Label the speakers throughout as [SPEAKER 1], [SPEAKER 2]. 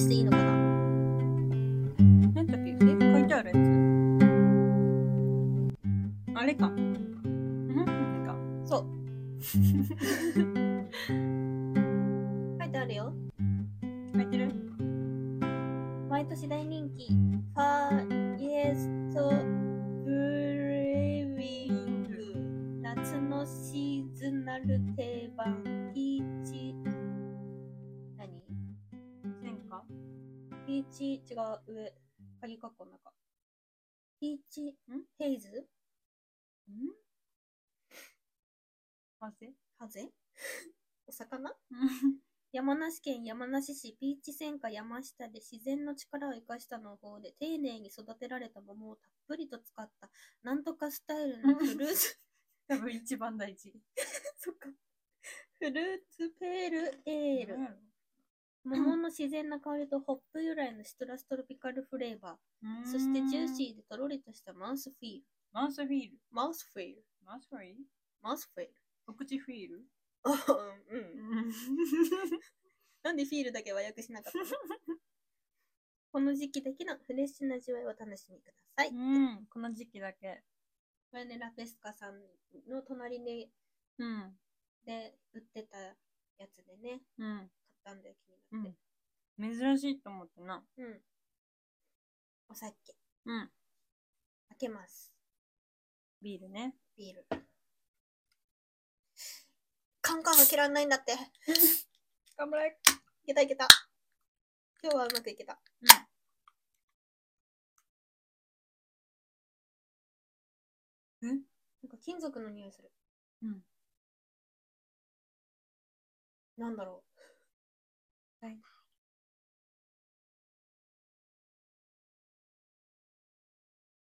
[SPEAKER 1] していいのかな
[SPEAKER 2] なんだっけ、セリフ書いてあるやつ。あれか。んなんか。
[SPEAKER 1] そう 書いてあるよ
[SPEAKER 2] 書いてる
[SPEAKER 1] 毎年大人気ファイエストブレービング夏のシーズナル定番ピーチ何
[SPEAKER 2] 戦果
[SPEAKER 1] ピーチ違う上鍵括弧の中ピーチんヘイズ
[SPEAKER 2] ん汗
[SPEAKER 1] ハゼお魚
[SPEAKER 2] うん
[SPEAKER 1] 山梨県山梨市ピーチ専科山下で自然の力を生かした農法で丁寧に育てられた桃をたっぷりと使ったなんとかスタイルのフルーツ
[SPEAKER 2] 多分一番大事。
[SPEAKER 1] そっかフルーツペールエール
[SPEAKER 2] なんやろ
[SPEAKER 1] 桃の自然な香りとホップ由来のシトラストロピカルフレーバーそしてジューシーでとろりとしたマウスフィール
[SPEAKER 2] マウスフィール。
[SPEAKER 1] マウスフィール
[SPEAKER 2] マウスフィール
[SPEAKER 1] マウスフィール
[SPEAKER 2] お口フィール
[SPEAKER 1] あうんなんでフィールだけ和訳しなかったのこの時期だけのフレッシュな味わいをお楽しみください。
[SPEAKER 2] う
[SPEAKER 1] こ
[SPEAKER 2] ん、この時期だけ。
[SPEAKER 1] れね、ラペスカさんの隣に
[SPEAKER 2] うん、
[SPEAKER 1] で売ってたやつでね、
[SPEAKER 2] うん、
[SPEAKER 1] 買ったんだよ、気
[SPEAKER 2] う
[SPEAKER 1] になっ
[SPEAKER 2] ん
[SPEAKER 1] て。。
[SPEAKER 2] 珍しいと思ってな。
[SPEAKER 1] うん。お酒、
[SPEAKER 2] うん、
[SPEAKER 1] 開けます。
[SPEAKER 2] ビールね。
[SPEAKER 1] ビール。カンカン開けられないんだって。い
[SPEAKER 2] 頑張れ
[SPEAKER 1] けたいけた。今日はうまくいけた。
[SPEAKER 2] うん。
[SPEAKER 1] なんか金属の匂いする。
[SPEAKER 2] うん。
[SPEAKER 1] なんだろう。
[SPEAKER 2] はい。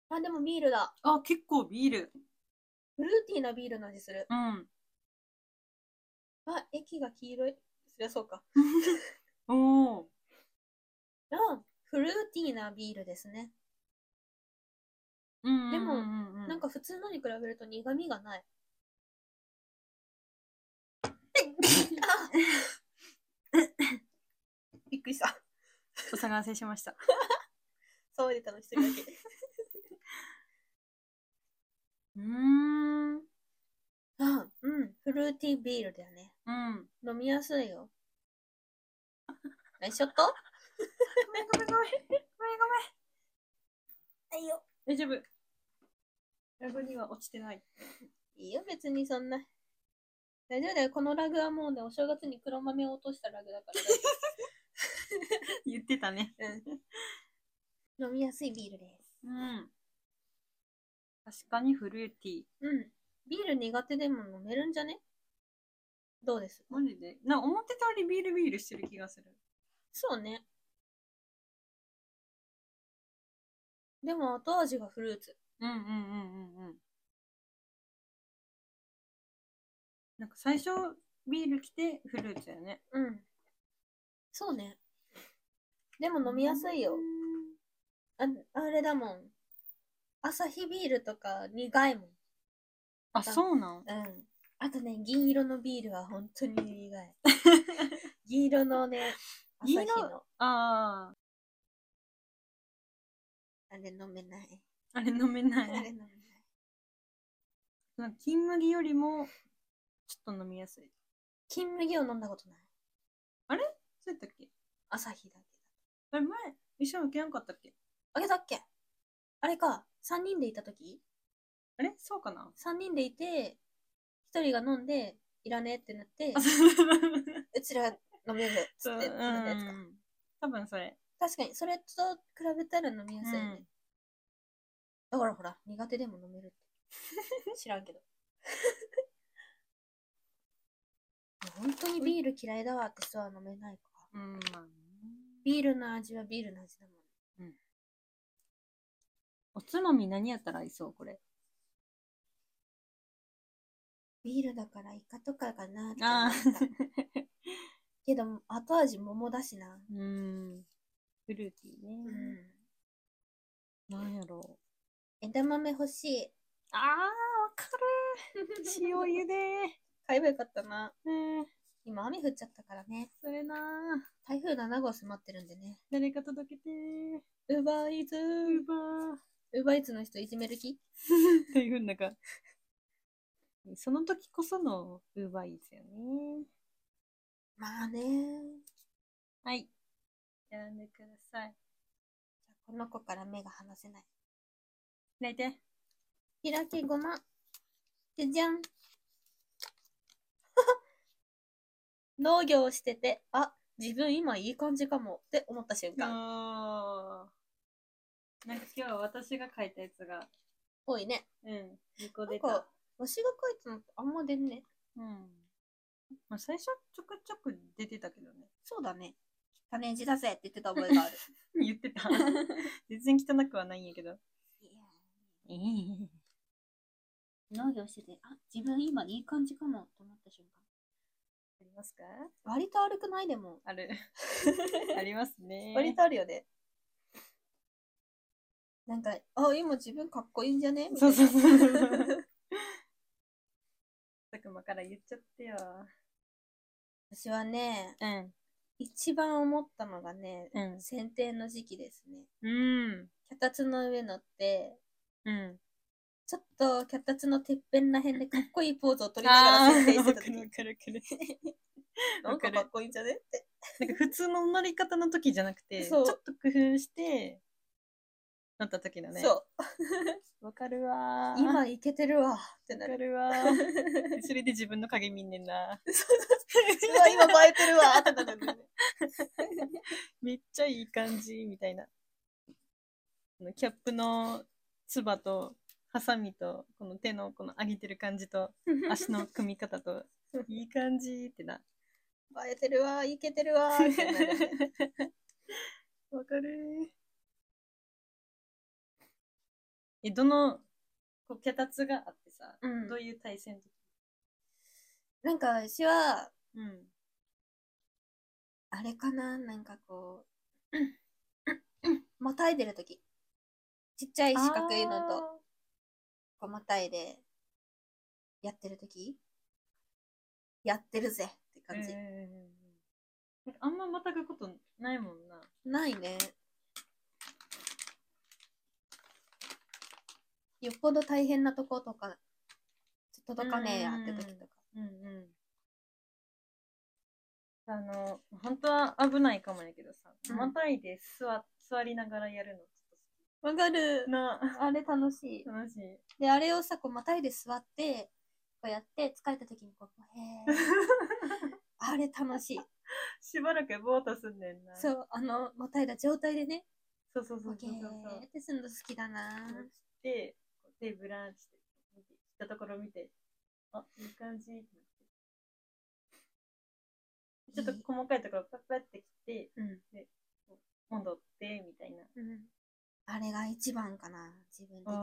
[SPEAKER 1] あ、でもビールだ。
[SPEAKER 2] あ、結構ビール。
[SPEAKER 1] フルーティーなビールの味する。
[SPEAKER 2] うん。
[SPEAKER 1] あ、液が黄色い。そりゃそうか。
[SPEAKER 2] おお。
[SPEAKER 1] あ、フルーティーなビールですね。
[SPEAKER 2] うん
[SPEAKER 1] でも
[SPEAKER 2] うんう
[SPEAKER 1] なん、か普通のに比べると苦味がない。びっくりした。
[SPEAKER 2] お騒がせしました。
[SPEAKER 1] 騒いでたの一人だけ。
[SPEAKER 2] うーん。うん。
[SPEAKER 1] あ、 うん。フルーティービールだよね。飲みやすいよ。ナイスショット
[SPEAKER 2] ごめんごめんごめん。ごめんごめん。
[SPEAKER 1] いいよ。
[SPEAKER 2] 大丈夫。ラグには落ちてない。
[SPEAKER 1] いいよ、別にそんな。大丈夫だよ。このラグはもうね、お正月に黒豆を落としたラグだから
[SPEAKER 2] 言ってたね。
[SPEAKER 1] 大丈夫。飲みやすいビールです。
[SPEAKER 2] うん。確かにフルーティー。
[SPEAKER 1] うん。ビール苦手でも飲めるんじゃねどうです
[SPEAKER 2] マジでな、思ってたよりビールビールしてる気がする。
[SPEAKER 1] そうね。でも後味がフルーツ。
[SPEAKER 2] うんうんうんうんうん。なんか最初、ビール来てフルーツやね。
[SPEAKER 1] うん。そうね。でも飲みやすいよ。ああれだもん。朝日ビールとか苦いもん。
[SPEAKER 2] あ、そうなん
[SPEAKER 1] うん。あとね、銀色のビールは本当に苦 い。銀色のね、朝日
[SPEAKER 2] 銀
[SPEAKER 1] の
[SPEAKER 2] 色ああ。
[SPEAKER 1] あれ飲めない。
[SPEAKER 2] あれ飲 め
[SPEAKER 1] あ
[SPEAKER 2] な
[SPEAKER 1] れ
[SPEAKER 2] い。
[SPEAKER 1] 飲めない。
[SPEAKER 2] なんか金麦よりも、ちょっと飲みやすい。
[SPEAKER 1] 金麦を飲んだことない。
[SPEAKER 2] そうやったっけ
[SPEAKER 1] 朝日だけ。
[SPEAKER 2] あれ前、一緒に受けなかったっけ
[SPEAKER 1] あげたっけあれか、3人でいたとき
[SPEAKER 2] あれそうかな
[SPEAKER 1] ?3 人でいて、1人が飲んで、いらねえってなって
[SPEAKER 2] あ、、 そう
[SPEAKER 1] うちら飲めるっつって飲んだやつか。
[SPEAKER 2] ん、多分それ。
[SPEAKER 1] 確かに、それと比べたら飲みやすいよね。だからほら、苦手でも飲めるって。知らんけど。 本当にビール嫌いだわって人は飲めないか。
[SPEAKER 2] うん、まあね、
[SPEAKER 1] ビールの味はビールの味だもん。
[SPEAKER 2] おつまみ何やったら合いそうこれ。
[SPEAKER 1] ビールだからイカとかかなって思
[SPEAKER 2] あ
[SPEAKER 1] った。けど、後味桃だしな。
[SPEAKER 2] うん。フルーティー
[SPEAKER 1] う
[SPEAKER 2] ね。
[SPEAKER 1] ん。
[SPEAKER 2] なんやろう。
[SPEAKER 1] 枝豆欲しい。
[SPEAKER 2] あー、わかる。塩ゆで。
[SPEAKER 1] 買えばよかったな。
[SPEAKER 2] ね
[SPEAKER 1] 今雨降っちゃったからね。
[SPEAKER 2] それなー
[SPEAKER 1] 台風7号迫ってるんでね。
[SPEAKER 2] 誰か届けてー
[SPEAKER 1] ウーバーイーツ
[SPEAKER 2] ウー
[SPEAKER 1] ウ
[SPEAKER 2] バー
[SPEAKER 1] ーバーイーツの人いじめる気
[SPEAKER 2] っていうなんかその時こそのウーバーイーツよね
[SPEAKER 1] まあね。
[SPEAKER 2] はい選んでください
[SPEAKER 1] この子から目が離せない。
[SPEAKER 2] 泣いて
[SPEAKER 1] 開けごま。じゃじゃん。 農業をしてて、あ、自分今いい感じかもって思った瞬間。
[SPEAKER 2] あーなんか今日私が書いたやつが
[SPEAKER 1] 多いね。
[SPEAKER 2] うん2個出
[SPEAKER 1] なん
[SPEAKER 2] た
[SPEAKER 1] かわしが書いたのってあんま出んね。
[SPEAKER 2] うんまあ最初ちょくちょく出てたけどね
[SPEAKER 1] そうだね。種字だぜって言ってた覚え がある。
[SPEAKER 2] 言ってた全然汚くはないんやけど
[SPEAKER 1] 農業してて、あ、自分今いい感じかもと思った瞬
[SPEAKER 2] ありますか
[SPEAKER 1] 間。割と悪くないでも。
[SPEAKER 2] あるありますね
[SPEAKER 1] 割とあるよね。なんか、あ、今自分かっこいいんじゃねみた
[SPEAKER 2] そ
[SPEAKER 1] いうな
[SPEAKER 2] そうそうそう。たくまから言っちゃってよ。
[SPEAKER 1] 私はね、
[SPEAKER 2] うん。
[SPEAKER 1] 一番思ったのがね、
[SPEAKER 2] うん
[SPEAKER 1] 剪定の時期ですね。
[SPEAKER 2] うん。
[SPEAKER 1] 脚立の上乗って、
[SPEAKER 2] うん。
[SPEAKER 1] ちょっと脚立のてっぺんらへんでかっこいいポーズを取りながら剪定してた 時、
[SPEAKER 2] かるわかる。
[SPEAKER 1] なんかかっこいいんじゃねって。
[SPEAKER 2] なんか普通の乗り方の時じゃなくて、ち
[SPEAKER 1] そ
[SPEAKER 2] ょ
[SPEAKER 1] う
[SPEAKER 2] っと工夫して、なった時だね。。
[SPEAKER 1] そう
[SPEAKER 2] わかるわ
[SPEAKER 1] う。
[SPEAKER 2] ー。わ
[SPEAKER 1] 今いけてるわってな
[SPEAKER 2] か
[SPEAKER 1] る。
[SPEAKER 2] るわー。 それで自分の影見んねんな。
[SPEAKER 1] うわ、今映えてるわってなるんだよね。
[SPEAKER 2] めっちゃいい感じ、みたいな。あのキャップのつばと、ハサミと、この手のこの上げてる感じと、 足の組み方といい感じってな。
[SPEAKER 1] 映えてるわ、いけて るわ ってなるよね。
[SPEAKER 2] わかるえ、どの、こう、脚立があってさ、
[SPEAKER 1] うん
[SPEAKER 2] どういう対戦とか。
[SPEAKER 1] なんか私は、
[SPEAKER 2] うん。
[SPEAKER 1] あれかななんかこう、またいでるとき。ちっちゃい四角いのと、こうまたいで、やってるときやってるぜって
[SPEAKER 2] あー。
[SPEAKER 1] 感じ。
[SPEAKER 2] うんなんかあんままたぐことないもんな。
[SPEAKER 1] ないね。よっぽど大変なとことか、届かねえやってときとか。
[SPEAKER 2] うんうん。あの、本当は危ないかもやけどさ、
[SPEAKER 1] うん
[SPEAKER 2] またいで座座りながらやるのちょっ
[SPEAKER 1] わかる
[SPEAKER 2] と。な、
[SPEAKER 1] あれ楽しい。
[SPEAKER 2] 楽しい。
[SPEAKER 1] で、あれをさ、こう、またいで座って、こうやって、疲れた時にこう、へー あれ楽しい。
[SPEAKER 2] しばらくぼーっとすんねんな。
[SPEAKER 1] そうう、あの、またいだ状態でね、
[SPEAKER 2] そうそうそ
[SPEAKER 1] ボ
[SPEAKER 2] う
[SPEAKER 1] ケ
[SPEAKER 2] そう
[SPEAKER 1] ー
[SPEAKER 2] そうそう。
[SPEAKER 1] ってすんの好きだなぁ
[SPEAKER 2] で、こう手ブランチで見て、行ったところ見て、あ、いい感じってなって。ちょっと細かいところパッパってきて、
[SPEAKER 1] うん。
[SPEAKER 2] 戻って、みたいな。
[SPEAKER 1] うん。あれが一番かな、自分的に。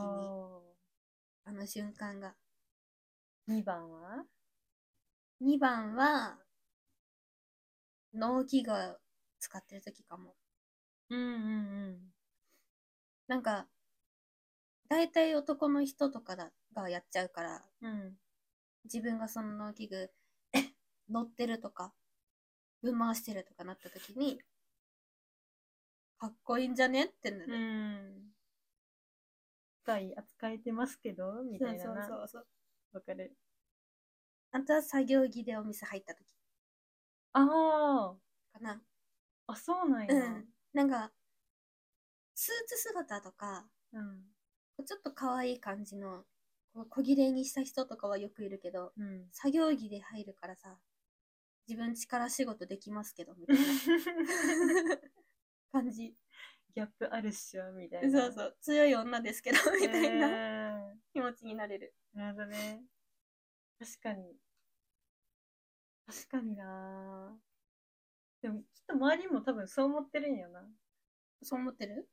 [SPEAKER 1] あの瞬間が。
[SPEAKER 2] 2番は
[SPEAKER 1] 2番は、農機具を使ってる時かも。
[SPEAKER 2] うんうん
[SPEAKER 1] なんか、大体男の人とかだがやっちゃうから、
[SPEAKER 2] うん。うん。
[SPEAKER 1] 自分がその農機具 乗ってるとかぶん回してるとかなった時にかっこいいんじゃねってなる、
[SPEAKER 2] うん。扱い、扱えてますけど、みたいなな。
[SPEAKER 1] そうそう
[SPEAKER 2] わかる。
[SPEAKER 1] あとは作業着でお店入った時
[SPEAKER 2] あ
[SPEAKER 1] かな
[SPEAKER 2] あ、あ、そうなん
[SPEAKER 1] う
[SPEAKER 2] や。
[SPEAKER 1] んなんかスーツ姿とか
[SPEAKER 2] うん。
[SPEAKER 1] ちょっと可愛い感じのこう小切れにした人とかはよくいるけど
[SPEAKER 2] うん。
[SPEAKER 1] 作業着で入るからさ自分力仕事できますけどみたいな 感じ
[SPEAKER 2] ギャップあるっしょ、みた
[SPEAKER 1] そ
[SPEAKER 2] いうな。
[SPEAKER 1] そう強い女ですけどみたいな
[SPEAKER 2] な。
[SPEAKER 1] 気持ちになれる
[SPEAKER 2] なるほどね。確かに。確かになでも、きっと周りも多分そう思ってるんよな。
[SPEAKER 1] そう思ってる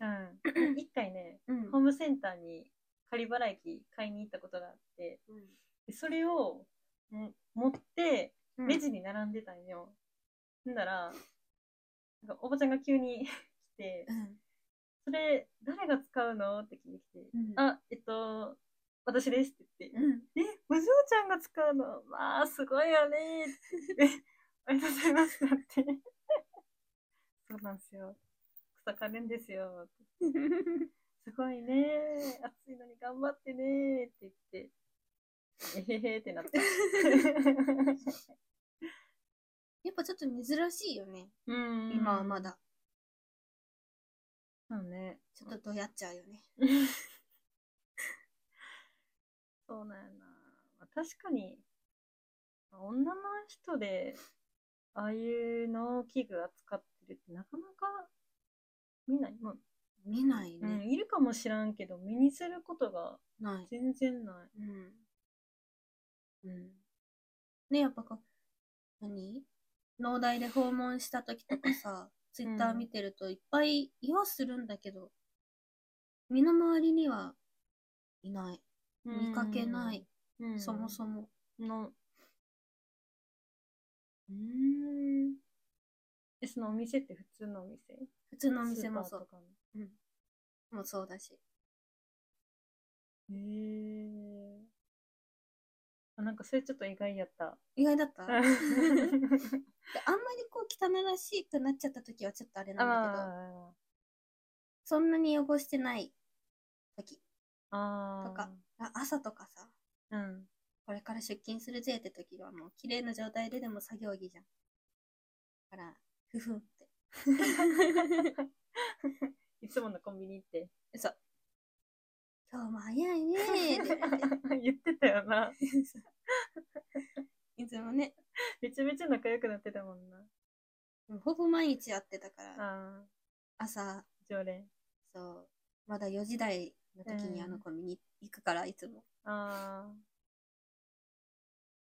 [SPEAKER 2] うん。一回ね、
[SPEAKER 1] うん
[SPEAKER 2] ホームセンターに仮払い機買いに行ったことがあって、でそれをん持って、レジに並んでたんよ。んだら、なんかおばちゃんが急に 来て、
[SPEAKER 1] うん
[SPEAKER 2] それ、誰が使うのって聞いてきて、
[SPEAKER 1] うん
[SPEAKER 2] あ、えっと、私ですって言って、
[SPEAKER 1] うん。
[SPEAKER 2] え、お嬢ちゃんが使うのまあ、すごいよねって言って、ありがとうございますだって。そうなんですよ。草刈るんですよ。すごいね暑いのに頑張ってねって言って、えへへってな った。
[SPEAKER 1] やっぱちょっと珍しいよね。
[SPEAKER 2] うん
[SPEAKER 1] 今はま。だ。
[SPEAKER 2] そうね。
[SPEAKER 1] ちょっとどやっちゃうよね。
[SPEAKER 2] そうなんやな。まあ確かに、まあ女の人で、ああいう農機具扱ってるってなかなか見ない。まあ
[SPEAKER 1] 見ない
[SPEAKER 2] うん、
[SPEAKER 1] ね。
[SPEAKER 2] いるかもしらんけど、身にすることが
[SPEAKER 1] ない。
[SPEAKER 2] 全然ない。
[SPEAKER 1] うん。うん。ね、やっぱこう、何農大で訪問した時とかさ、ツイッター見てるといっぱい言わするんだけど、身の回りにはいない。見かけない。、
[SPEAKER 2] うん
[SPEAKER 1] そもそも。
[SPEAKER 2] の、うーん。え、そのお店って普通のお店
[SPEAKER 1] 普通のお店もそ
[SPEAKER 2] スー
[SPEAKER 1] う。
[SPEAKER 2] パーとかの
[SPEAKER 1] もうそうだし。
[SPEAKER 2] へえ。あ、なんかそれちょっと意外 やった。
[SPEAKER 1] 意外だったであんまり
[SPEAKER 2] あ
[SPEAKER 1] こう汚らしくなっちゃった時はちょっとあれなんだけど、
[SPEAKER 2] あ
[SPEAKER 1] そんなに汚してない時。
[SPEAKER 2] ー。ああ。
[SPEAKER 1] とか。あ朝とかさ、
[SPEAKER 2] うん。
[SPEAKER 1] これから出勤するぜって時はもう綺麗な状態ででも作業着じゃん。だから、ふふん って。
[SPEAKER 2] いつものコンビニって。
[SPEAKER 1] 嘘。今日も早いねーって言われて
[SPEAKER 2] 言ってたよな。
[SPEAKER 1] いつもね、
[SPEAKER 2] めちゃめちゃ仲良くなってたもんな。
[SPEAKER 1] ほぼ毎日会ってたから、
[SPEAKER 2] ああ、
[SPEAKER 1] 朝、
[SPEAKER 2] 常連。
[SPEAKER 1] そう、まだ4時台の時に
[SPEAKER 2] うん
[SPEAKER 1] あのコンビニ行くから、いつも。
[SPEAKER 2] あ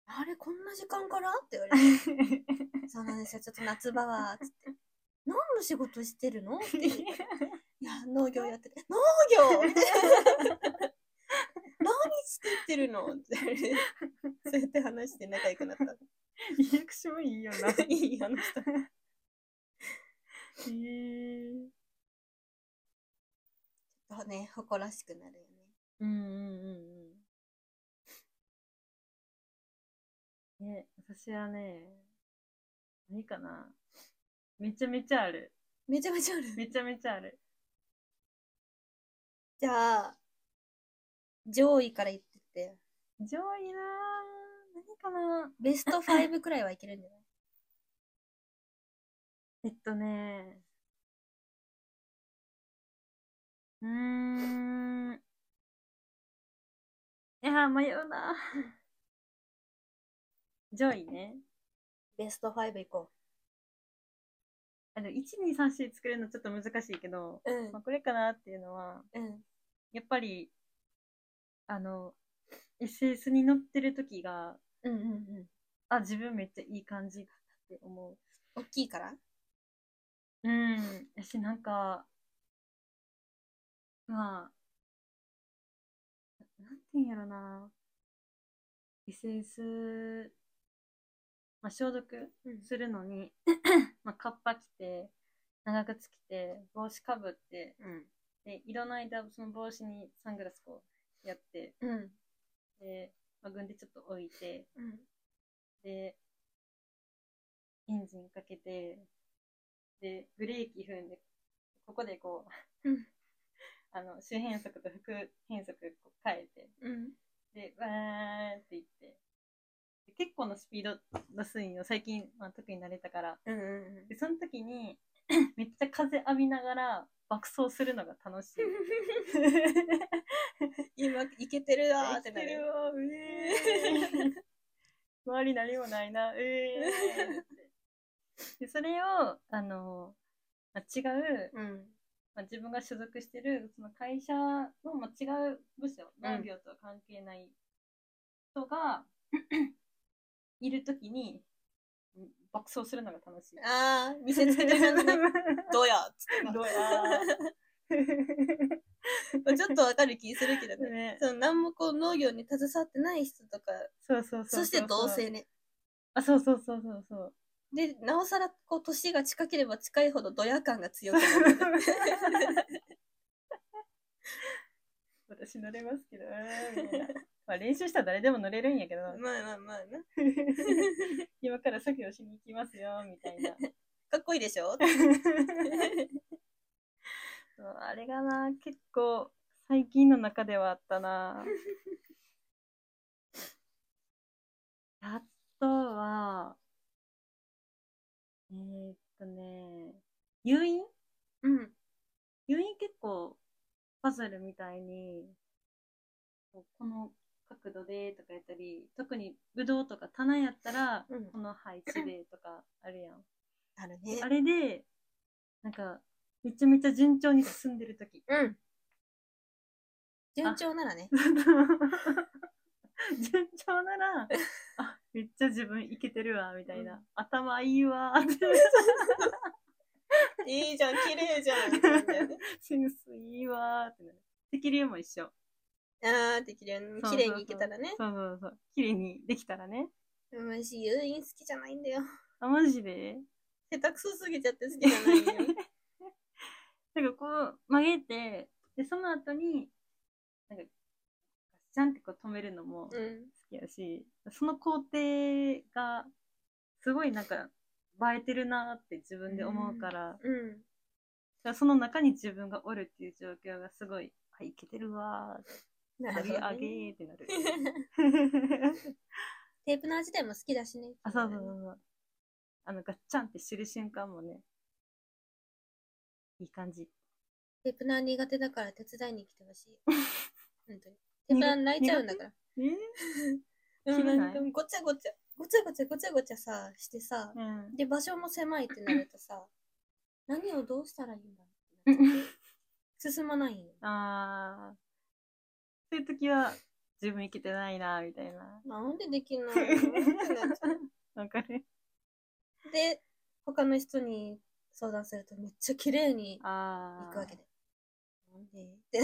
[SPEAKER 2] あ。
[SPEAKER 1] あれ、こんな時間からって言われて。そうなんですよ、ちょっと夏場は、つって。 何の仕事してるのって言 っていや、農業やってて、 農業みたいな。何作ってるのって言われてそうやって話して仲良くなった。
[SPEAKER 2] リアクション いいよ な。
[SPEAKER 1] いい話だ。
[SPEAKER 2] へえ。
[SPEAKER 1] そうね、誇らしくなるよね。
[SPEAKER 2] うんうんうんうん。ね、私はね、何かな。めちゃめちゃある。
[SPEAKER 1] めちゃめちゃある。
[SPEAKER 2] めちゃめちゃある。
[SPEAKER 1] じゃあ、上位から言ってって、
[SPEAKER 2] 上位なー何かな
[SPEAKER 1] ベスト5くらいはいけるんじゃない
[SPEAKER 2] えっとね。うーん。いやー、迷うな。上位ね。
[SPEAKER 1] ベスト5いこ
[SPEAKER 2] あの、1、2、3、4作るのちょっと難しいけど、
[SPEAKER 1] う。うん
[SPEAKER 2] まあ、これかなっていうのは、
[SPEAKER 1] うん。
[SPEAKER 2] やっぱり、あの、SS に乗ってる時が、
[SPEAKER 1] うんうんうん。
[SPEAKER 2] あ、自分めっちゃいい感じって思う。
[SPEAKER 1] 大きいから
[SPEAKER 2] うん。やし、なんか、まあ、ななんて言うんやろな。SS、まあ、消毒
[SPEAKER 1] うん
[SPEAKER 2] するのに、 まあ、カッパ着て、長靴着て、帽子かぶって、
[SPEAKER 1] うん。
[SPEAKER 2] で、色の間、その帽子にサングラスこう、やって、
[SPEAKER 1] うん。
[SPEAKER 2] で、まあ、軍手ちょっと置いて、
[SPEAKER 1] うん。
[SPEAKER 2] で、エンジンかけて、で、ブレーキ踏んで、ここでこう
[SPEAKER 1] うん、
[SPEAKER 2] あの、周変速と副変速こう変えて、
[SPEAKER 1] うん。
[SPEAKER 2] で、わーっていって、で結構のスピード出すんよ。最近、まあ、特に慣れたから。
[SPEAKER 1] うんうん
[SPEAKER 2] で、その時に、 めっちゃ風浴びながら爆走するのが 楽しい。
[SPEAKER 1] 今、いけてるわーってな
[SPEAKER 2] 生きて
[SPEAKER 1] る
[SPEAKER 2] る。わうえー 周り何もないなうえーってでそれをあの、まあ、違う、
[SPEAKER 1] うん。
[SPEAKER 2] まあ、自分が所属してるその会社の、まあ、違う部署
[SPEAKER 1] うん
[SPEAKER 2] 農業とは関係ない人が、いるときにうん爆走するのが楽 しい。
[SPEAKER 1] ああ、見せつけてるの ね。どうやっつって
[SPEAKER 2] ど
[SPEAKER 1] な
[SPEAKER 2] う や
[SPEAKER 1] まあちょっとわかる気するけどね。
[SPEAKER 2] ね、
[SPEAKER 1] その何もこう農業に携わってない人とか、
[SPEAKER 2] そうそうそ
[SPEAKER 1] そ
[SPEAKER 2] う
[SPEAKER 1] して同性ね。
[SPEAKER 2] あそうそうそうそうそう
[SPEAKER 1] で、なおさら、こう、年が近ければ近いほどドヤ感が強くなる。
[SPEAKER 2] 私乗れますけど、うーんみたいなまあ練習したら誰でも乗れるんやけ ど、
[SPEAKER 1] まあまあまあな。
[SPEAKER 2] 今から作業しに行きますよ、みたいな。
[SPEAKER 1] かっこいいで しょ
[SPEAKER 2] そうあれがな、結構最近の中ではあったな。あとは、えーっとね、誘引
[SPEAKER 1] うん。
[SPEAKER 2] 誘引結構パズルみたいにこうこの角度でとかやったり特にブドウとか棚やったら
[SPEAKER 1] うん
[SPEAKER 2] この配置でとかあるやん、
[SPEAKER 1] あるね
[SPEAKER 2] あ。れでなんかめちゃめちゃ順調に進んでる 時
[SPEAKER 1] うん。順調ならね。
[SPEAKER 2] 順調ならあめっちゃ自分いけてるわみたいな、頭いいわーって
[SPEAKER 1] いいじゃん、綺麗じゃん。
[SPEAKER 2] センスいいわーってなる適流も一緒
[SPEAKER 1] ああ、できるよね。綺麗にいけたらね。
[SPEAKER 2] そうそうそう綺麗にできたらね
[SPEAKER 1] 私、誘引好きじゃないんだよ。
[SPEAKER 2] あマジで
[SPEAKER 1] 下手くそすぎちゃって好きじゃないんだ よ。
[SPEAKER 2] なんかこう曲げて、で、その後に、なんか、ガッシャンってこう止めるのも好
[SPEAKER 1] うん。
[SPEAKER 2] きやし、その工程が、すごいなんか、映えてるなって自分で思うから、だか
[SPEAKER 1] うん。
[SPEAKER 2] らその中に自分がおるっていう状況がすごい、あ、いけてるわー
[SPEAKER 1] な
[SPEAKER 2] って、
[SPEAKER 1] る
[SPEAKER 2] あ
[SPEAKER 1] ほ
[SPEAKER 2] げ
[SPEAKER 1] ど
[SPEAKER 2] あげ
[SPEAKER 1] ね
[SPEAKER 2] ーってな る。
[SPEAKER 1] テープナー自体も好きだしね。
[SPEAKER 2] あ、そうそうそうそう。あの、ガッチャンって知る瞬間もね、いい感じ。
[SPEAKER 1] テープナー苦手だから手伝いに来てほ しい。本当に。テープナー泣いちゃうんだから。
[SPEAKER 2] え
[SPEAKER 1] でも
[SPEAKER 2] 切れ
[SPEAKER 1] な
[SPEAKER 2] なんい
[SPEAKER 1] かごちゃごちゃ、ごちゃごちゃごちゃごちゃさ、してさ、
[SPEAKER 2] うん。
[SPEAKER 1] で、場所も狭いってなるとさ、何をどうしたらいいんだろうってなっちゃ って進まないんよ。
[SPEAKER 2] ああ。そういう時は、自分いけてないな、みたいな。
[SPEAKER 1] なんででき ないのってなっちゃ
[SPEAKER 2] わかる
[SPEAKER 1] うで、他の人に相談するとめっちゃ綺麗に
[SPEAKER 2] ああ。
[SPEAKER 1] 行くわけで。なんで って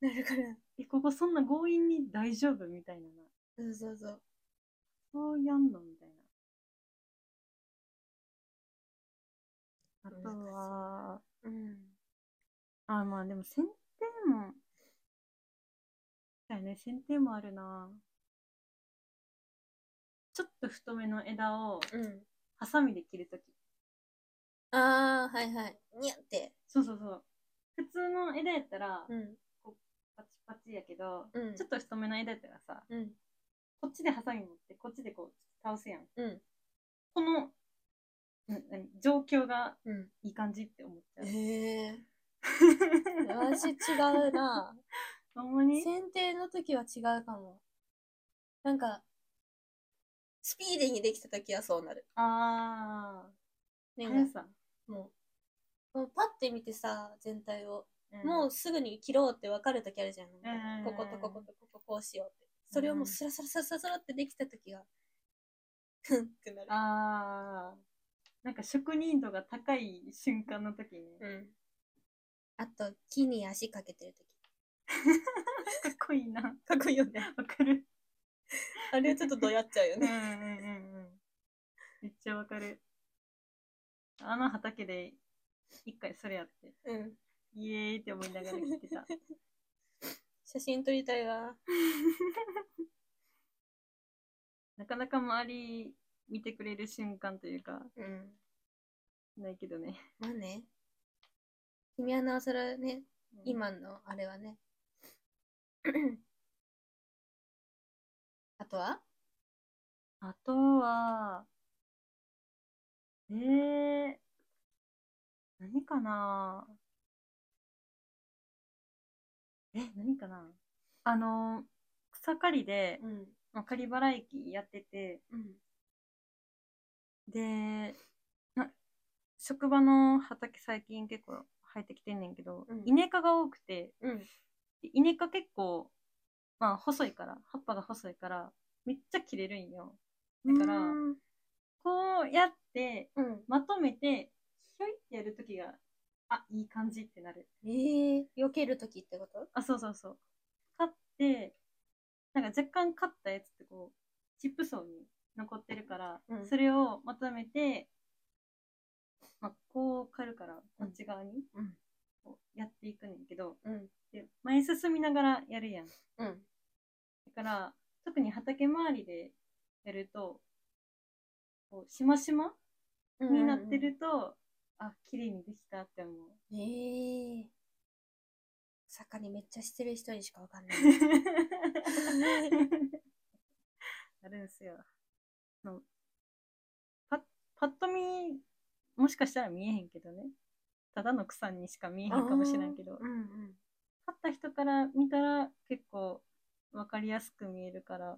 [SPEAKER 1] なるから。
[SPEAKER 2] え、ここそんな強引に大丈夫みたいなな。
[SPEAKER 1] そうそうそう。
[SPEAKER 2] そうやんのみたいな。あとは、
[SPEAKER 1] うん。
[SPEAKER 2] あーまあでも剪定も。だよね、剪定もあるな。ちょっと太めの枝を
[SPEAKER 1] うん。
[SPEAKER 2] ハサミで切るとき。
[SPEAKER 1] ああ、はいはい。にゃって。
[SPEAKER 2] そうそうそう。普通の枝やったら、
[SPEAKER 1] うん。
[SPEAKER 2] パチパチやけど、
[SPEAKER 1] うん
[SPEAKER 2] ちょっと太めの枝やったらさ、
[SPEAKER 1] うん。
[SPEAKER 2] こっちでハサミ持って、こっちでこう倒すやん。
[SPEAKER 1] うん。
[SPEAKER 2] この、な何状況が
[SPEAKER 1] うん。
[SPEAKER 2] いい感じって思っちゃう。
[SPEAKER 1] ええ私違う な。
[SPEAKER 2] ほんまに
[SPEAKER 1] 剪定の時は違うかも。なんか、スピーディーにできた時はそうなる。
[SPEAKER 2] あー。
[SPEAKER 1] な
[SPEAKER 2] 速
[SPEAKER 1] んか
[SPEAKER 2] さ。
[SPEAKER 1] もう、もうパッて見てさ、全体を。
[SPEAKER 2] うん
[SPEAKER 1] もうすぐに切ろうって分かる時あるじゃん。
[SPEAKER 2] ん
[SPEAKER 1] こことこことこここうしようって。それをもうスラスラスラスラスラってできた時が、ふんってなる。
[SPEAKER 2] あー。なんか職人度が高い瞬間の時に、か
[SPEAKER 1] うん。あと、木に足かけてる時。
[SPEAKER 2] っこいいな。わ
[SPEAKER 1] かっこいいよね。
[SPEAKER 2] かる。
[SPEAKER 1] あれはちょっとどやっちゃうよ
[SPEAKER 2] うんうん
[SPEAKER 1] ね。
[SPEAKER 2] うんうん。めっちゃわかる。あの畑で一回それやって、
[SPEAKER 1] うん。
[SPEAKER 2] イエーイって思いながら来て た。
[SPEAKER 1] 写真撮りたいわ。
[SPEAKER 2] なかなか周り見てくれる瞬間というか、
[SPEAKER 1] うん。
[SPEAKER 2] ないけどね。
[SPEAKER 1] まあね。君はなおさらね、
[SPEAKER 2] うん。
[SPEAKER 1] 今のあれは ね。あとは
[SPEAKER 2] あとは、えー、何かなえ、何かなあの、草刈りで、
[SPEAKER 1] ん。
[SPEAKER 2] まあ、刈り払い機やってて、
[SPEAKER 1] うん。
[SPEAKER 2] で、な職場の畑最近結構生えてきてんねんけど、
[SPEAKER 1] うん
[SPEAKER 2] 稲科が多くて、
[SPEAKER 1] うん。
[SPEAKER 2] でイネ科結構、まあ細いから、葉っぱが細いから、めっちゃ切れるんよ。だから
[SPEAKER 1] うん。
[SPEAKER 2] こうやって、
[SPEAKER 1] うん
[SPEAKER 2] まとめて、ひょいってやるときが、あ、いい感じってなる。
[SPEAKER 1] ええ避けるときってこと
[SPEAKER 2] あ、そうそうそう。買って、なんか若干買ったやつってこう、チップ層に残ってるから、
[SPEAKER 1] うん
[SPEAKER 2] それをまとめて、まあ、こう刈るから、こっち側に、
[SPEAKER 1] うん
[SPEAKER 2] こうやっていくねんけど
[SPEAKER 1] うん。
[SPEAKER 2] で前進みながらやるやんだ
[SPEAKER 1] うん。
[SPEAKER 2] から特に畑周りでやるとこうしましまになってると、あ綺麗にできたって思う
[SPEAKER 1] うんうん。ええー。坂にめっちゃしてる人にしかわかん ない。
[SPEAKER 2] あるんすよのパパッと見もしかしたら見えへんけどねただの草にしか見えへんかもしれんけど
[SPEAKER 1] うんうん。
[SPEAKER 2] 勝った人から見たら結構分かりやすく見えるから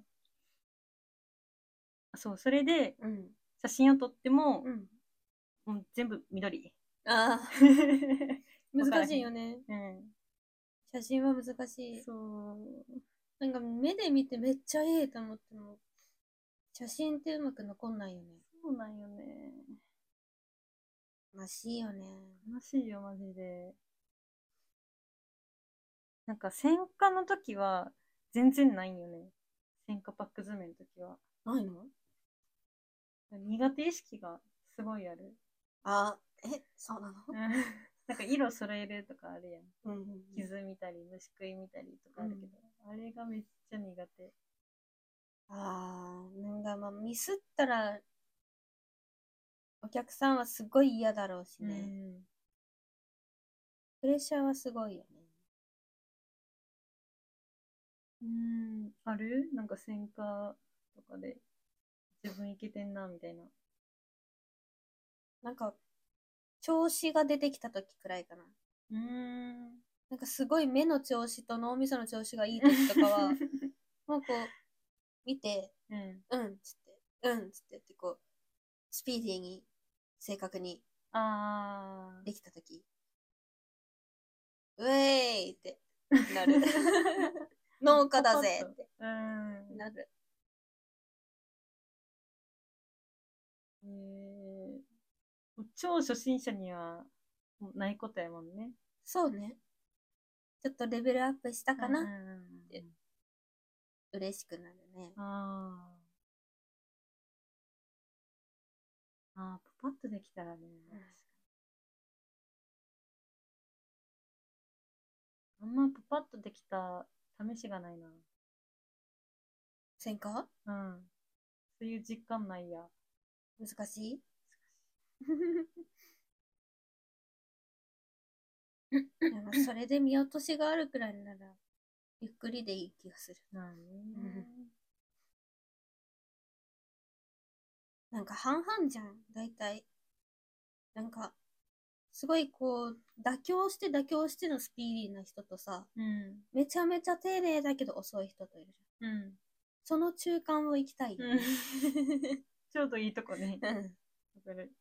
[SPEAKER 2] あそうそれで
[SPEAKER 1] うん。
[SPEAKER 2] 写真を撮っても、
[SPEAKER 1] うん。
[SPEAKER 2] もう全部 緑、
[SPEAKER 1] ああ、
[SPEAKER 2] わからへん
[SPEAKER 1] 難しいよね。
[SPEAKER 2] うん、
[SPEAKER 1] 写真は難しい。
[SPEAKER 2] そう
[SPEAKER 1] なんか目で見てめっちゃええと思っても、写真ってうまく残んないよね。
[SPEAKER 2] そうなんよね
[SPEAKER 1] 悲しいよね。
[SPEAKER 2] 楽しいよマジでなんか戦火の時は全然ないんよね戦火パック詰めの時は
[SPEAKER 1] ないの
[SPEAKER 2] 苦手意識がすごいあ る
[SPEAKER 1] あ、え、そうなの
[SPEAKER 2] うんなんか色揃えるとかあるやん
[SPEAKER 1] うん。
[SPEAKER 2] 傷見たり虫食い見たりとかあるけど、あれがめっちゃ苦手
[SPEAKER 1] ああ、なんかまあミスったら、お客さんはすごい嫌だろうしね。プレッシャーはすごいよね。
[SPEAKER 2] うんあるなんか戦火とかで自分いけてんなみたいな
[SPEAKER 1] なんか、調子が出てきた時くらいかな。
[SPEAKER 2] うん
[SPEAKER 1] なんかすごい目の調子と脳みその調子がいい時とか は、もうこう、見て、
[SPEAKER 2] うん
[SPEAKER 1] うんっつって、うんっつってやってこう、スピーディーに正確に
[SPEAKER 2] あー
[SPEAKER 1] できたとき、ウェーイってなる。 農家だぜって
[SPEAKER 2] うん。
[SPEAKER 1] なる。
[SPEAKER 2] えー超初心者にはもうないことやもんね。
[SPEAKER 1] そうね。ちょっとレベルアップしたかな、
[SPEAKER 2] うんうんうん
[SPEAKER 1] て嬉しくなるね。
[SPEAKER 2] あーあー。パパッとできたらね。あんまパパッとできた試しがないな。
[SPEAKER 1] せんか
[SPEAKER 2] うん。そういう実感ないや。
[SPEAKER 1] 難しいでもそれで見落としがあるくらいなら、ゆっくりでいい気がする。
[SPEAKER 2] な
[SPEAKER 1] なんか半々じゃん、大体。なんか、すごいこう、妥協して妥協してのスピーディーな人とさ、
[SPEAKER 2] うん。
[SPEAKER 1] めちゃめちゃ丁寧だけど遅い人といるじゃん。
[SPEAKER 2] うん。
[SPEAKER 1] その中間を行きたいよ ね。
[SPEAKER 2] ちょうどいいとこね。
[SPEAKER 1] うん。
[SPEAKER 2] わかる。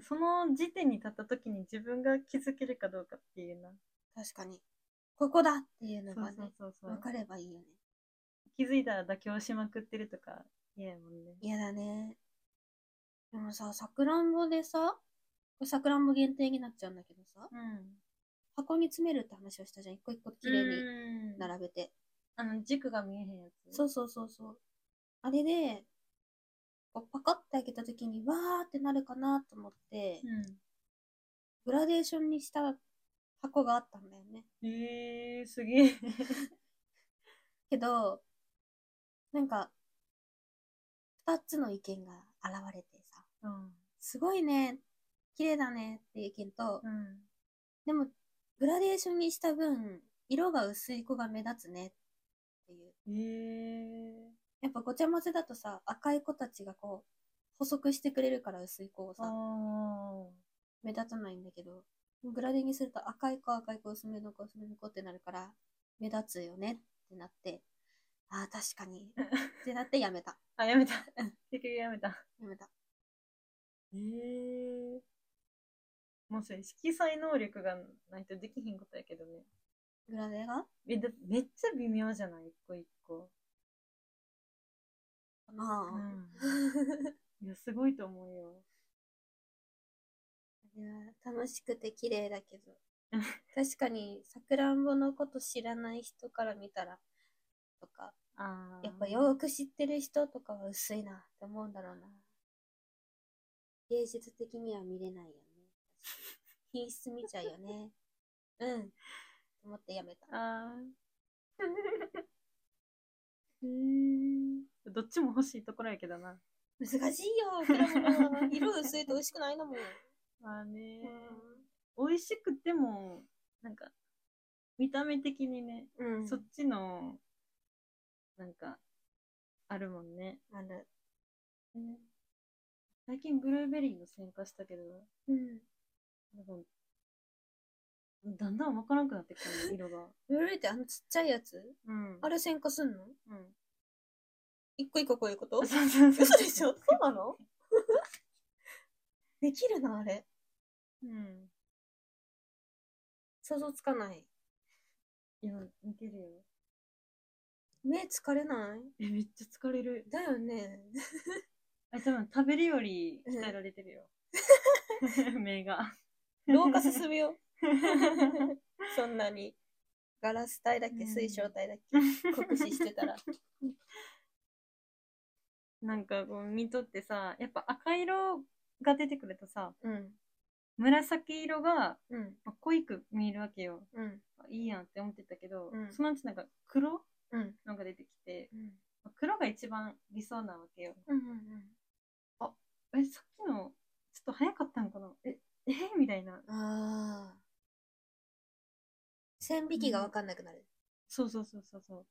[SPEAKER 2] その時点に立った時に自分が気づけるかどうかっていうな。
[SPEAKER 1] 確かに。ここだっていう
[SPEAKER 2] そ
[SPEAKER 1] の
[SPEAKER 2] う
[SPEAKER 1] が
[SPEAKER 2] そ
[SPEAKER 1] ね
[SPEAKER 2] う、そうそ
[SPEAKER 1] わ
[SPEAKER 2] う。
[SPEAKER 1] かればいいよね。
[SPEAKER 2] 気づいたら妥協しまくってるとか嫌やもんね。
[SPEAKER 1] 嫌だね。でもさ、さくらんぼでさ、これさくらんぼ限定になっちゃうんだけどさ、
[SPEAKER 2] う
[SPEAKER 1] 箱に詰めるって話をしたじゃん。一個一個綺
[SPEAKER 2] ん。
[SPEAKER 1] 麗
[SPEAKER 2] 麗
[SPEAKER 1] に
[SPEAKER 2] なら。
[SPEAKER 1] 並べて。
[SPEAKER 2] あの軸が見えへんやつ。
[SPEAKER 1] そうそうそうそう。あれで、こうパカッて開けた時にわーってなるかなと思って、グラデーションにした箱があったんだよね。
[SPEAKER 2] うん。えー、すげ え。
[SPEAKER 1] けど、なんか、二つの意見が現れてさ、
[SPEAKER 2] うん。
[SPEAKER 1] すごいね、綺麗だねっていう意見と、
[SPEAKER 2] うん。
[SPEAKER 1] でも、グラデーションにした分、色が薄い子が目立つねっていう。
[SPEAKER 2] えー。
[SPEAKER 1] やっぱごちゃ混ぜだとさ、赤い子たちがこう、補足してくれるから薄い子を
[SPEAKER 2] あ
[SPEAKER 1] さ、
[SPEAKER 2] ー
[SPEAKER 1] 目立たないんだけど、グラデにすると赤い子赤い子薄めの子薄めの子ってなるから、目立つよねってなって、ああ、確か に。ってなってやめた。
[SPEAKER 2] あ、やめた。 結局やめた。
[SPEAKER 1] やめた。
[SPEAKER 2] ええもうそれ色彩能力がないとできひんことやけどね。
[SPEAKER 1] グラデが
[SPEAKER 2] えだめっちゃ微妙じゃない一個一個。
[SPEAKER 1] かな
[SPEAKER 2] う
[SPEAKER 1] あ、
[SPEAKER 2] ん。 いや、すごいと思うよ。
[SPEAKER 1] いや楽しくて綺麗だけど。確かに、さくらんぼのこと知らない人から見たら、とか、
[SPEAKER 2] あー
[SPEAKER 1] やっぱよーく知ってる人とかは薄いなって思うんだろうな。芸術的には見れないよね。品質見ちゃうよね。うん。思ってやめた。
[SPEAKER 2] あ
[SPEAKER 1] うーん。
[SPEAKER 2] ーどっちも欲しいところやけどな。
[SPEAKER 1] 難しいよ、果物は。色薄いと美味しくないのもん。
[SPEAKER 2] まあね、美味しくても、なんか、見た目的にね、
[SPEAKER 1] うん。
[SPEAKER 2] そっちの、なんか、あるもんね。
[SPEAKER 1] ある。
[SPEAKER 2] 最近ブルーベリーの鮮化したけど、
[SPEAKER 1] うん。
[SPEAKER 2] なんかだんだんわからんくなってきたね、色 が。
[SPEAKER 1] ブルーってあのちっちゃいやつ
[SPEAKER 2] うん。
[SPEAKER 1] あれ酸化すんの
[SPEAKER 2] うん。
[SPEAKER 1] 一個一個こういうこと
[SPEAKER 2] そうそうそう。
[SPEAKER 1] 嘘でしょそうなの できるな、あれ。
[SPEAKER 2] うん。
[SPEAKER 1] 想像つかない。
[SPEAKER 2] いや、似てるよ。
[SPEAKER 1] 目疲れない
[SPEAKER 2] え、めっちゃ疲れる。
[SPEAKER 1] だよ ね。
[SPEAKER 2] あ、多分食べるより鍛えられて るよ。 目が。
[SPEAKER 1] 老化進むよ。 そんなに。ガラス体だっけ
[SPEAKER 2] うん
[SPEAKER 1] 水晶体だっ け酷使してたら。
[SPEAKER 2] なんかこう見とってさ、やっぱ赤色が出てくるとさ、
[SPEAKER 1] うん。
[SPEAKER 2] 紫色が
[SPEAKER 1] うん。
[SPEAKER 2] まあ濃いく見えるわけよ。
[SPEAKER 1] うん。
[SPEAKER 2] いいやんって思ってたけど、
[SPEAKER 1] うん
[SPEAKER 2] そのうちなんか黒
[SPEAKER 1] うん。
[SPEAKER 2] のが出てきて、
[SPEAKER 1] うん。
[SPEAKER 2] まあ黒が一番理想なわけよ。
[SPEAKER 1] うん。
[SPEAKER 2] え、さっきのちょっと早かったんかなえ、えみたいな。
[SPEAKER 1] ああ。線引きがわかんなくなる。
[SPEAKER 2] そうそうそうそうそう。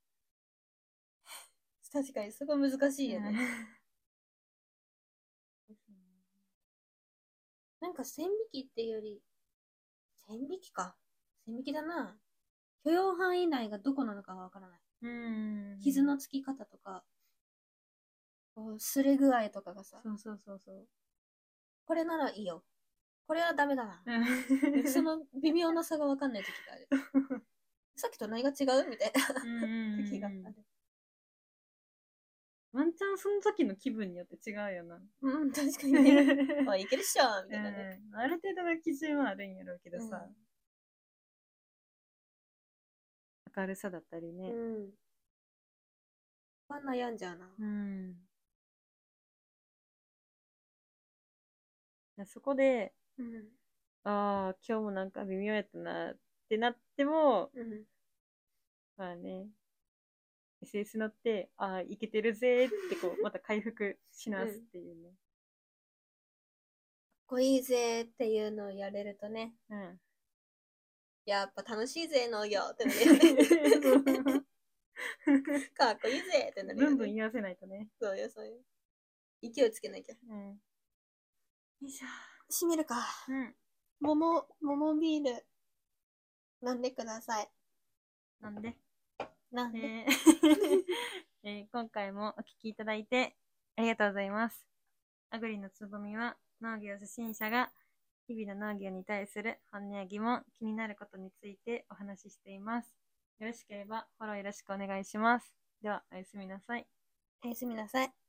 [SPEAKER 1] 確かに、そこ難しいよね。なんか線引きっていうより、線引きか。線引きだな。許容範囲内がどこなのかがわからない。
[SPEAKER 2] うん。
[SPEAKER 1] 傷のつき方とか、こう、擦れ具合とかがさ、
[SPEAKER 2] そうそうそうそう。
[SPEAKER 1] これならいいよ。これはダメだな。
[SPEAKER 2] うん
[SPEAKER 1] その微妙な差がわかんない時がある。 さっきと何が違うみたいな時がある。
[SPEAKER 2] ワンチャンその時の気分によって違うよな。
[SPEAKER 1] うん、確かに
[SPEAKER 2] う
[SPEAKER 1] ね。
[SPEAKER 2] ん
[SPEAKER 1] ま あ、いけるっしょみたいなね。
[SPEAKER 2] ある程度の基準はあるんやろうけどさ、明るさだったり
[SPEAKER 1] う
[SPEAKER 2] ね。
[SPEAKER 1] ん。うん。これ悩んじゃうな。
[SPEAKER 2] うん。そこで、
[SPEAKER 1] うん。
[SPEAKER 2] ああ、今日もなんか微妙やったなってなっても、
[SPEAKER 1] うん。
[SPEAKER 2] まあね、SS 乗って、ああ、いけてるぜーって こう、また回復し直すっていうね。
[SPEAKER 1] かっこいいぜっていうのをやれるとね、
[SPEAKER 2] うん。
[SPEAKER 1] やっぱ楽しいぜ農業 ってなるよね。 かっこいいぜってなる
[SPEAKER 2] ブ
[SPEAKER 1] よ
[SPEAKER 2] ンブン
[SPEAKER 1] ね。
[SPEAKER 2] 言わせないとね。
[SPEAKER 1] そうよ、そうよ。勢いつけなきゃ。
[SPEAKER 2] うん。
[SPEAKER 1] よいしょ。閉めるか。
[SPEAKER 2] うん。
[SPEAKER 1] 桃、桃ビール、飲んでください。
[SPEAKER 2] なんで、
[SPEAKER 1] なんで、
[SPEAKER 2] えー えー今回もお聞きいただいてありがとうございます。アグリのつぼみは農業初心者が日々の農業に対する本音や疑問、気になることについてお話ししています。よろしければフォローよろしくお願いします。では、おやすみなさい。
[SPEAKER 1] おやすみなさい。